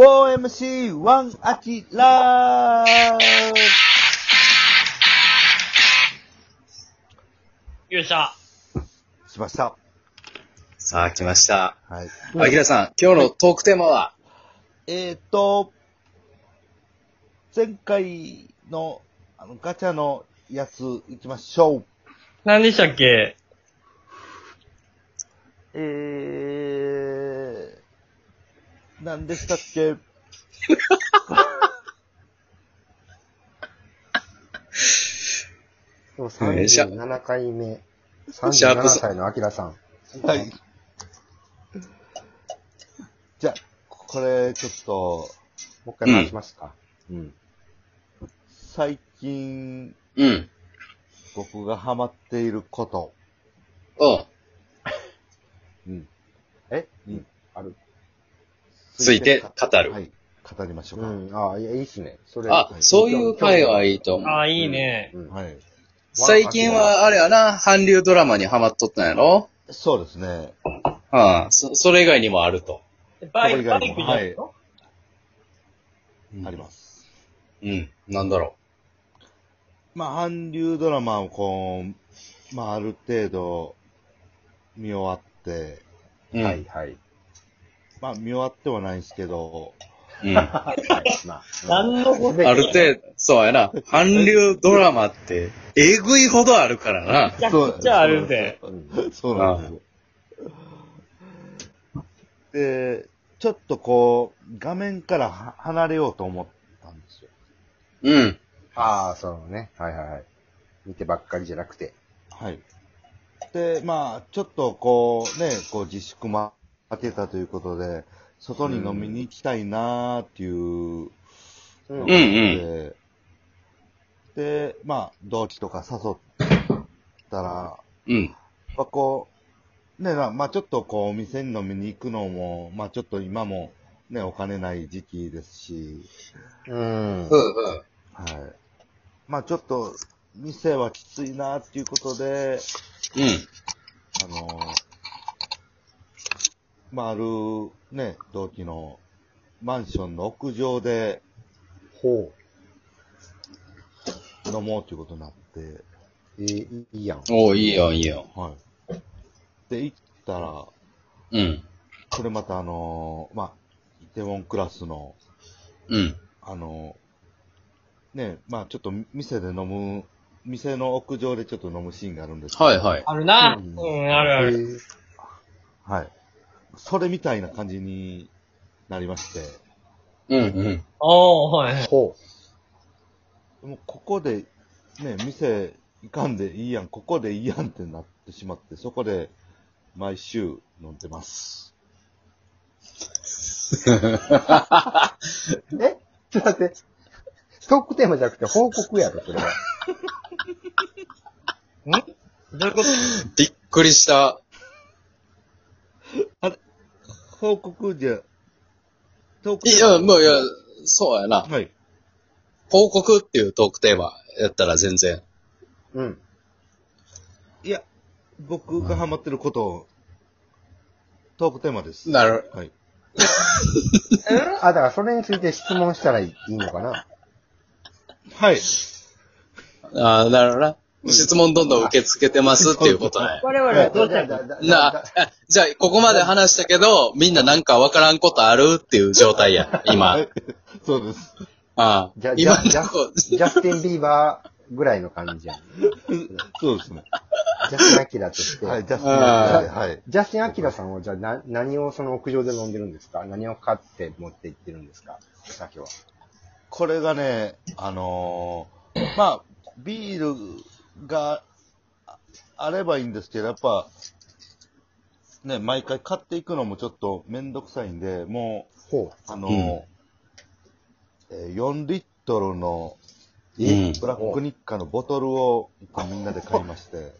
4MC1 アキラよっしゃ。しました。さあ、来ました。はい。あきらさん、今日のトークテーマは、えっ、ー、と、前回のあのガチャのやつ行きましょう。何でしたっけえー、何でしたっけ今日うんしゃ37回目。シャー37プさ歳のアキラさん。はい。じゃあ、これちょっと、もう一回回しますか。うん。最近うん。僕がハマっていること。おううん。えうんある。ついて語るはい。語りましょううか。ん。ああ、いやいいっすね。それ。あ、そういう回はいいと思う。ああ、いいね。うん。はい。最近は、あれやな、韓流ドラマにハマっとったんやろそうですね。うん。そ、それ以外にもあると。バこれイ以ク、バ外イにクもじゃないの、あります。うん。なんだろまあ、韓流ドラマをこう、まあ、ある程度、見終わって、う。うん。はい、はい。まあ、見終わってはないんですけど、うん。あはいまあ。 何のことめる程度、そうやな。韓流ドラマって、えぐいほどあるからな。ちゃくちゃあるぜ。うんそうなんですよ。で、ちょっとこう、画面からは離れようと思ったんですよ。うん。ああ、そのね。はいはいはい。見てばっかりじゃなくて。はい。で、まあ、ちょっとこう、ね、こう自粛も明けたということで、外に飲みに行きたいなーっていううのがあんって、で、まあ、同期とか誘ったら、うん。まあ、こう、ね、なまあ、ちょっとこう、お店に飲みに行くのも、まあ、ちょっと今も、ね、お金ない時期ですし、ううんうん。ん。はい。まあ、ちょっと、店はきついなっていうことで、うん。あのまあ、ある、ね、同期のマンションの屋上でほ飲もうということになって、う。えー、いいやん。おういいよ、いいよ。はい。で、行ったら、うん。これまたあのまあ、イテウォンクラスの、うん。あのね、まあ、ちょっと店で飲む、店の屋上でちょっと飲むシーンがあるんですけどはいはい。あるな。ううんん、あるあえる。ーはい。それみたいな感じになりまして、うんうん。おー、はい。ほもうここで、ね、店行かんでいいやん、ここでいいやんってなってしまって、そこで毎週飲んでます。う。え ちょっと待って。トークテーマじゃなくて報告やろ、それ は。どういうことびっくりした。報告じゃ、トークいや、もういや、そうやな。はい。報告っていうトークテーマやったら全然。うん。いや、僕がハマってることを、トークテーマです。なる。はい。あ、だからそれについて質問したらいいのかな。はい。ああ、なるほどな。質問どんどん受け付けてますっていうことね。我々はどうしたのだだだなあ、 じゃあ、ここまで話したけど、みんななんかわからんことあるっていう状態や、今。はあい。そうです。あじゃ、じゃ今じゃのと こ、ジャスティン・ビーバーぐらいの感じやん。そうですね。ジャスティン・アキラとして。はい、ジャステあィンーはい。ジャスティン・アキラさんは、じゃあ、な、何をその屋上で飲んでるんですか何を買って持って行ってるんですかお酒は。これがね、あのーまあ、ビールがああればいいんですけど、やっぱ、ね、毎回買っていくのもちょっとめんどくさいんで、もほう、あのーえー4リットルのうんブラックニッカのボトルをみんなで買いまして、う。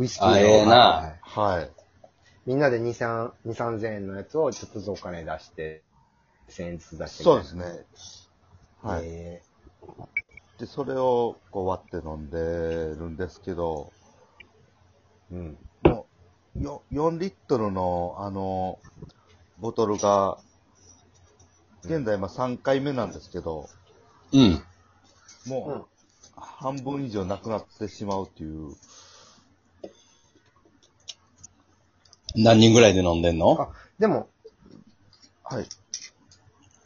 ウイスキーの。あええなははいい。みんなで2、3、2、3000円のやつをちょっとずつお金出して、1000円ずつ出してみたいそうな。ですね。はい。えで、それをこう割って飲んでるんですけど、えうん。もう、よ4リットルの、あの、ボトルが、現在まあ3回目なんですけど、うん。うんもう半分以上なくなってしまうっていう、何人ぐらいで飲んでんのあ、でも、 はい。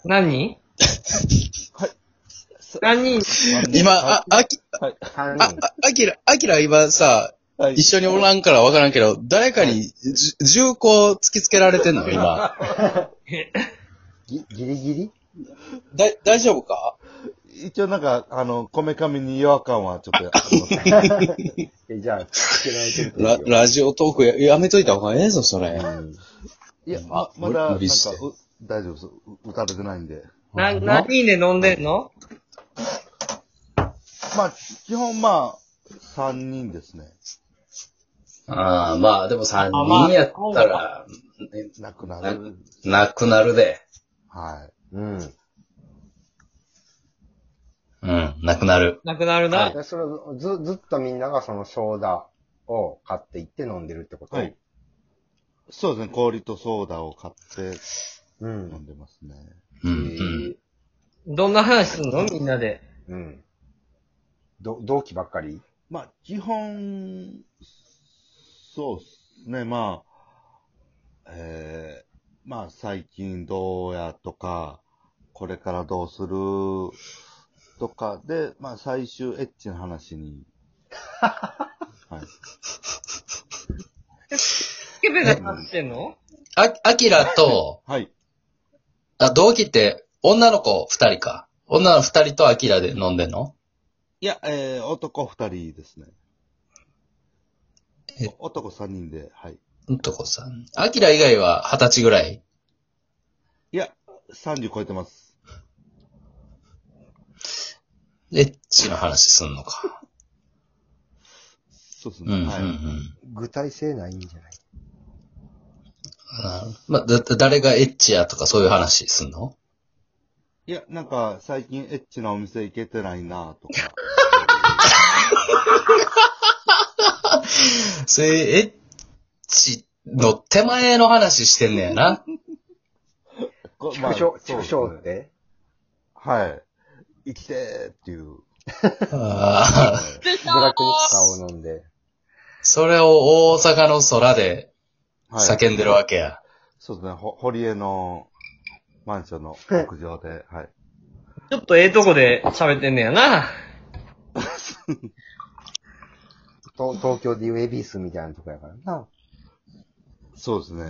何人はい。 何人今、あ、あき、はい。 3 あ人、。ああきら、あきら今さ、はい一。緒におらんからわからんけど、誰かにじゅ銃口突きつけられてんの今。ぎギリギリだ、大丈夫か一応なんか、あの、こめかみに違和感はちょっとあります ね。えじゃあ、つけられてるといいラよ、ラジオトークややめといた方がええぞ、それ。うんいや、まままだ、なん無か、う理して大丈夫です。う打たれてないんで。な何人で飲んでんのまあ、基本まあ、3人ですね。ああ、まあでも3あまあ人やったら、ねなくななる。なくなるで。はい。うん。いうん、なくなる。なくなるな。はいやそれをず、ずっとみんながそのソーダを買っていって飲んでるってこと。。そうですね、氷とソーダを買って飲うんん。でますね。うん、どんな話すんのみんなで。うん。ど、同期ばっかりまあ、基本、そうですね、まあ、えー、まあ、最近どうやとか、これからどうするとかで、まあ、最終エッチな話 に。はい。スケベな話してんのあ、アキラと、はい。あ、同期って女の子2人か。女の2人とアキラで飲んでんのいや、えー、男二人ですねえ。お男三人で、はい。うんとこさん。アキラ以外は20歳ぐらいいや、30超えてます。エッチの話すんのか。そうですうん、うね。ん、うはい。ん。具体性ないんじゃないなるまあ、だって誰がエッチやとかそういう話すんのいや、なんか、最近エッチなお店行けてないなとか。それ、エッチの手前の話してんねや な。こ畜生、畜生っね。てはい。生きてーって いう。ああ、娯楽に使おう飲んで。それを大阪の空ではい。叫んでるわけや。そうですね。ほ堀江のマンションの屋上で、はい。ちょっとええとこで喋ってんねやな。と東京でいうエビスみたいなとこやからな。そうですね。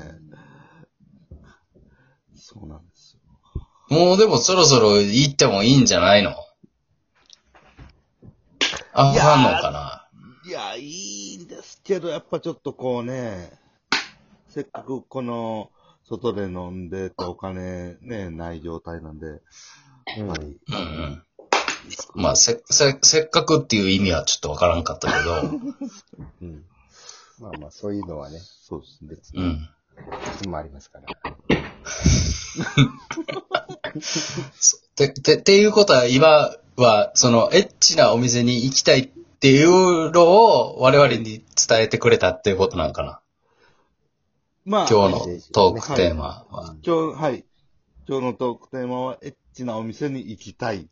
そうなんですよ。もうでもそろそろ行ってもいいんじゃないのあ、いやーかんのかないや、いいんですけど、やっぱちょっとこうね、せっかくこの、外で飲んでてお金ね、ない状態なんで、うやっぱん。り、うんうん。まあ、せ、せ、せっかくっていう意味はちょっとわからんかったけど、 うん。まあまあ、そういうのはね、そうですね。別うにいん。つもありますから。て、て、ていうことは今は、その、エッチなお店に行きたいっていうのを我々に伝えてくれたっていうことなんかなまあ、今日のトークテーマは。今日、はい。今日のトークテーマは、エッチなお店に行きたい。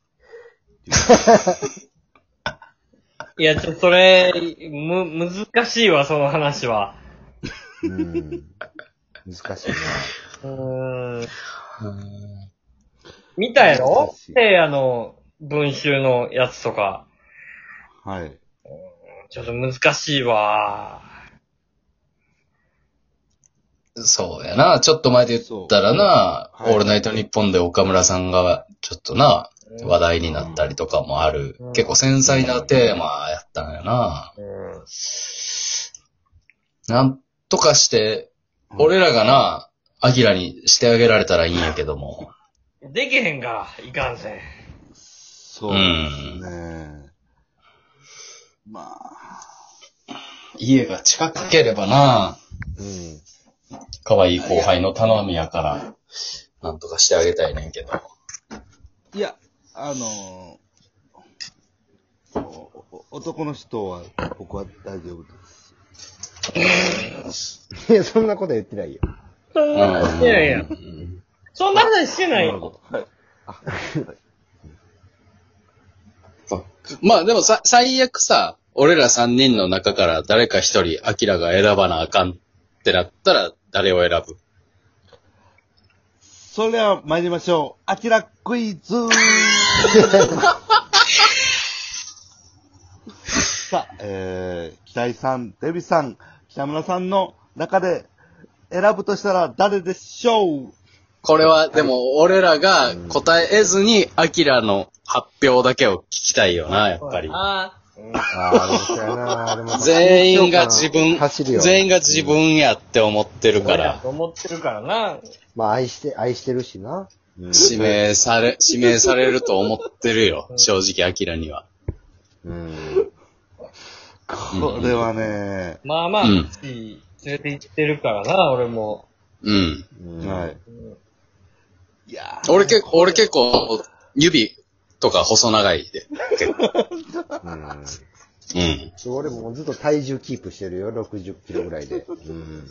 いや、ちょ、それ、む、難しいわ、その話は。うん。難しいな。 うーん。うん見たやろ難しいせいやの文集のやつとか。はい。ちょっと難しいわ。そうやな。ちょっと前で言ったらな、そうはいオールナイトニッポンで岡村さんが、ちょっとな、話題になったりとかもある。うん結構繊細なテーマやったんやな。うん。なんとかして、俺らがな、アキラにしてあげられたらいいんやけども。できへんから、いかんせん。そうですね。まあ、家が近ければな、うん。可愛い後輩の頼みやから、なんとかしてあげたいねんけど。いや、あのーおお男の人は、僕は大丈夫です。いや、そんなこと言ってないよ。そんなことしてないやん。そんな話してないよ。ど。はい。まあでもさ、最悪さ、俺ら3人の中から誰か一人、アキラが選ばなあかんってなったら、誰を選ぶそれでは参りましょう。アキラクイ ズさあ、えー、北井さん、デビさん、北村さんの中で選ぶとしたら誰でしょうこれは、でも、俺らが答えずに、アキラの発表だけを聞きたいよな、やっぱり。あああ、でもそうやな。でも全員が自分、走るよ。全員が自分やって思ってるあ、か俺だら、と思ってるからな。まあ、愛して、愛してるしな。うん。指名され、指名されると思ってるよ、正直、アキラには。うん。これはね、まあまあ、うんいい連れて行ってるからな、俺も。うん。うんはい。いやー俺結構、俺結構、指とか細長いで。うん。うん。俺もずっと体重キープしてるよ。60キロぐらいで。うん。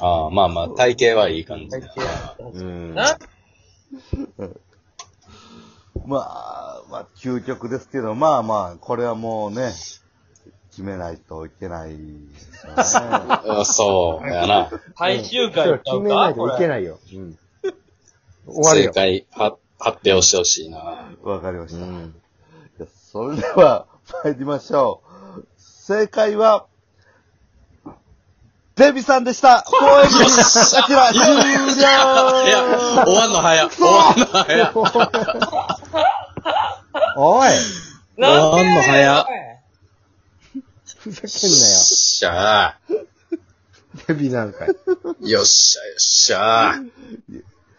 ああ、まあまあ、体型はいい感じ。うん。な、まあ、まあ、究極ですけど、まあまあ、これはもうね、決めないといけないですよね。うんそうやな。最終そ回ちゃれは決うめなかいといこけれ。ないよ。うん。終わる正よ。解は発表してほしいな。わかりましうた。ん。それでは、参りましょう。正解は、デビさんでした公演よっしゃアキラ終いや、了終わんの早。 終わんの早。終おいなんわんの早。よふざけんっしゃなよ。デビなんかい。ー。よっしゃ、よっしゃー。